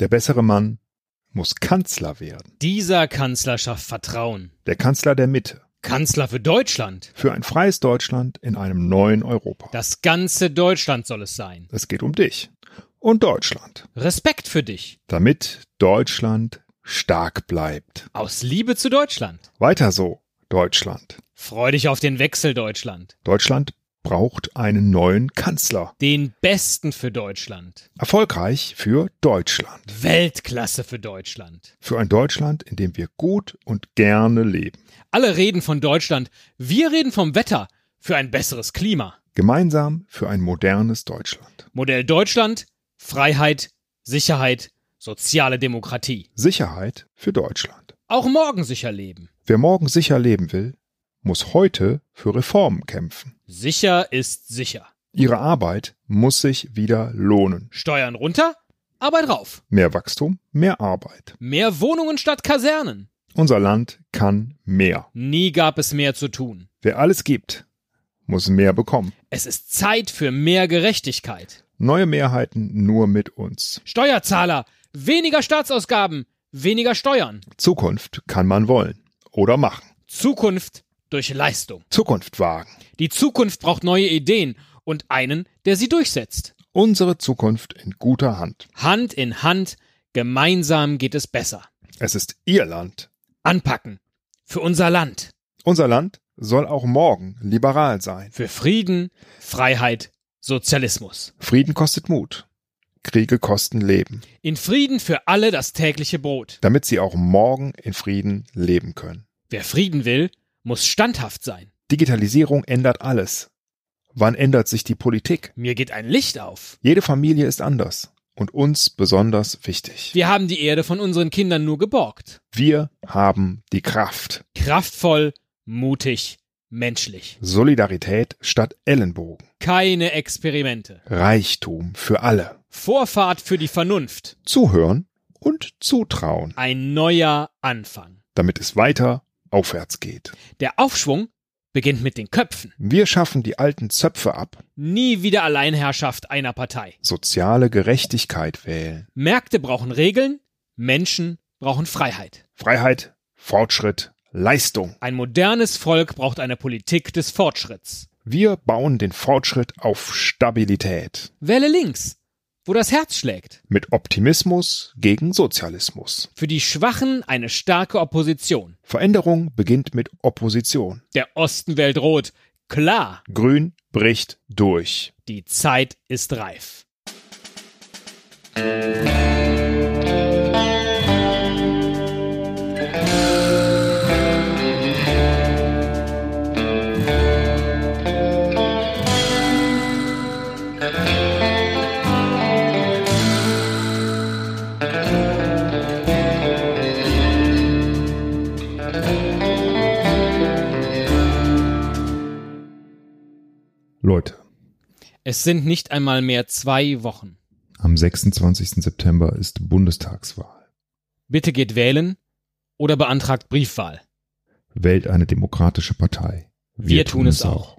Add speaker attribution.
Speaker 1: Der bessere Mann muss Kanzler werden.
Speaker 2: Dieser Kanzler schafft Vertrauen.
Speaker 1: Der Kanzler der Mitte.
Speaker 2: Kanzler für Deutschland.
Speaker 1: Für ein freies Deutschland in einem neuen Europa.
Speaker 2: Das ganze Deutschland soll es sein.
Speaker 1: Es geht um dich und Deutschland.
Speaker 2: Respekt für dich.
Speaker 1: Damit Deutschland stark bleibt.
Speaker 2: Aus Liebe zu Deutschland.
Speaker 1: Weiter so, Deutschland.
Speaker 2: Freu dich auf den Wechsel Deutschland.
Speaker 1: Deutschland braucht einen neuen Kanzler.
Speaker 2: Den besten für Deutschland.
Speaker 1: Erfolgreich für Deutschland.
Speaker 2: Weltklasse für Deutschland.
Speaker 1: Für ein Deutschland, in dem wir gut und gerne leben.
Speaker 2: Alle reden von Deutschland. Wir reden vom Wetter. Für ein besseres Klima.
Speaker 1: Gemeinsam für ein modernes Deutschland.
Speaker 2: Modell Deutschland. Freiheit, Sicherheit, soziale Demokratie.
Speaker 1: Sicherheit für Deutschland.
Speaker 2: Auch morgen sicher leben.
Speaker 1: Wer morgen sicher leben will, muss heute für Reformen kämpfen.
Speaker 2: Sicher ist sicher.
Speaker 1: Ihre Arbeit muss sich wieder lohnen.
Speaker 2: Steuern runter, Arbeit rauf.
Speaker 1: Mehr Wachstum, mehr Arbeit.
Speaker 2: Mehr Wohnungen statt Kasernen.
Speaker 1: Unser Land kann mehr.
Speaker 2: Nie gab es mehr zu tun.
Speaker 1: Wer alles gibt, muss mehr bekommen.
Speaker 2: Es ist Zeit für mehr Gerechtigkeit.
Speaker 1: Neue Mehrheiten nur mit uns.
Speaker 2: Steuerzahler, weniger Staatsausgaben, weniger Steuern.
Speaker 1: Zukunft kann man wollen oder machen.
Speaker 2: Zukunft durch Leistung.
Speaker 1: Zukunft wagen.
Speaker 2: Die Zukunft braucht neue Ideen und einen, der sie durchsetzt.
Speaker 1: Unsere Zukunft in guter Hand.
Speaker 2: Hand in Hand, gemeinsam geht es besser.
Speaker 1: Es ist Ihr Land.
Speaker 2: Anpacken. Für unser Land.
Speaker 1: Unser Land soll auch morgen liberal sein.
Speaker 2: Für Frieden, Freiheit, Sozialismus.
Speaker 1: Frieden kostet Mut. Kriege kosten Leben.
Speaker 2: In Frieden für alle das tägliche Brot.
Speaker 1: Damit sie auch morgen in Frieden leben können.
Speaker 2: Wer Frieden will, muss standhaft sein.
Speaker 1: Digitalisierung ändert alles. Wann ändert sich die Politik?
Speaker 2: Mir geht ein Licht auf.
Speaker 1: Jede Familie ist anders und uns besonders wichtig.
Speaker 2: Wir haben die Erde von unseren Kindern nur geborgt.
Speaker 1: Wir haben die Kraft.
Speaker 2: Kraftvoll, mutig, menschlich.
Speaker 1: Solidarität statt Ellenbogen.
Speaker 2: Keine Experimente.
Speaker 1: Reichtum für alle.
Speaker 2: Vorfahrt für die Vernunft.
Speaker 1: Zuhören und zutrauen,
Speaker 2: Ein neuer Anfang.
Speaker 1: damit es weiter aufwärts geht.
Speaker 2: Der Aufschwung beginnt mit den Köpfen.
Speaker 1: Wir schaffen die alten Zöpfe ab.
Speaker 2: Nie wieder Alleinherrschaft einer Partei.
Speaker 1: Soziale Gerechtigkeit wählen.
Speaker 2: Märkte brauchen Regeln, Menschen brauchen Freiheit.
Speaker 1: Freiheit, Fortschritt, Leistung.
Speaker 2: Ein modernes Volk braucht eine Politik des Fortschritts.
Speaker 1: Wir bauen den Fortschritt auf Stabilität.
Speaker 2: Wähle links, wo das Herz schlägt.
Speaker 1: Mit Optimismus gegen Sozialismus.
Speaker 2: Für die Schwachen eine starke Opposition.
Speaker 1: Veränderung beginnt mit Opposition.
Speaker 2: Der Osten wählt rot. Klar,
Speaker 1: Grün bricht durch.
Speaker 2: die Zeit ist reif.
Speaker 3: Leute,
Speaker 2: Es sind nicht einmal mehr zwei Wochen.
Speaker 3: am 26. September ist Bundestagswahl.
Speaker 2: Bitte geht wählen oder beantragt Briefwahl.
Speaker 3: Wählt eine demokratische Partei.
Speaker 2: Wir tun es auch.